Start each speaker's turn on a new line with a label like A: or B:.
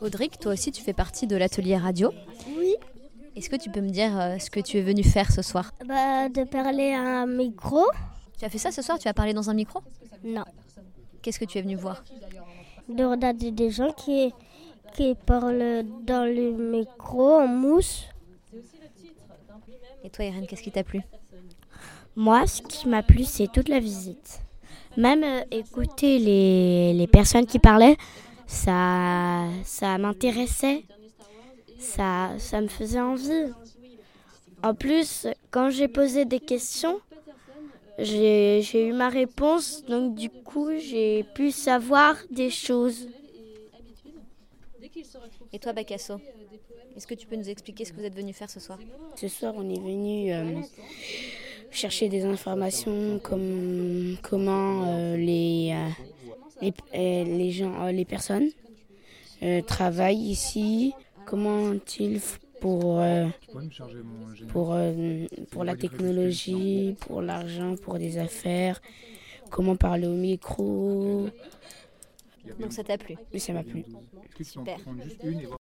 A: Audric, toi aussi tu fais partie de l'atelier radio.
B: Oui,
A: Est-ce que tu peux me dire euh, ce que tu es venu faire ce soir
B: bah, de parler à un micro,
A: Tu as fait ça ce soir Tu as parlé dans un micro
B: non.
A: Qu'est-ce que tu es venu voir
B: De regarder des gens qui, qui parlent dans le micro en mousse.
A: Et toi Irène, qu'est-ce qui t'a plu
C: Moi, ce qui m'a plu, c'est toute la visite. Même euh, écouter les, les personnes qui parlaient, ça, ça m'intéressait. Ça, ça me faisait envie. En plus, quand j'ai posé des questions, j'ai j'ai eu ma réponse, donc du coup, j'ai pu savoir des choses.
A: Et toi Bacasso Est-ce que tu peux nous expliquer ce que vous êtes venu faire ce soir
D: Ce soir, on est venu euh, chercher des informations comme comment euh, les, euh, les, euh, les gens, euh, les personnes euh, travaillent ici, comment ils f- pour euh, pour euh, pour la technologie, pour l'argent, pour des affaires, comment parler au micro,
A: Donc ça t'a plu
D: mais ça m'a plu.
A: Super.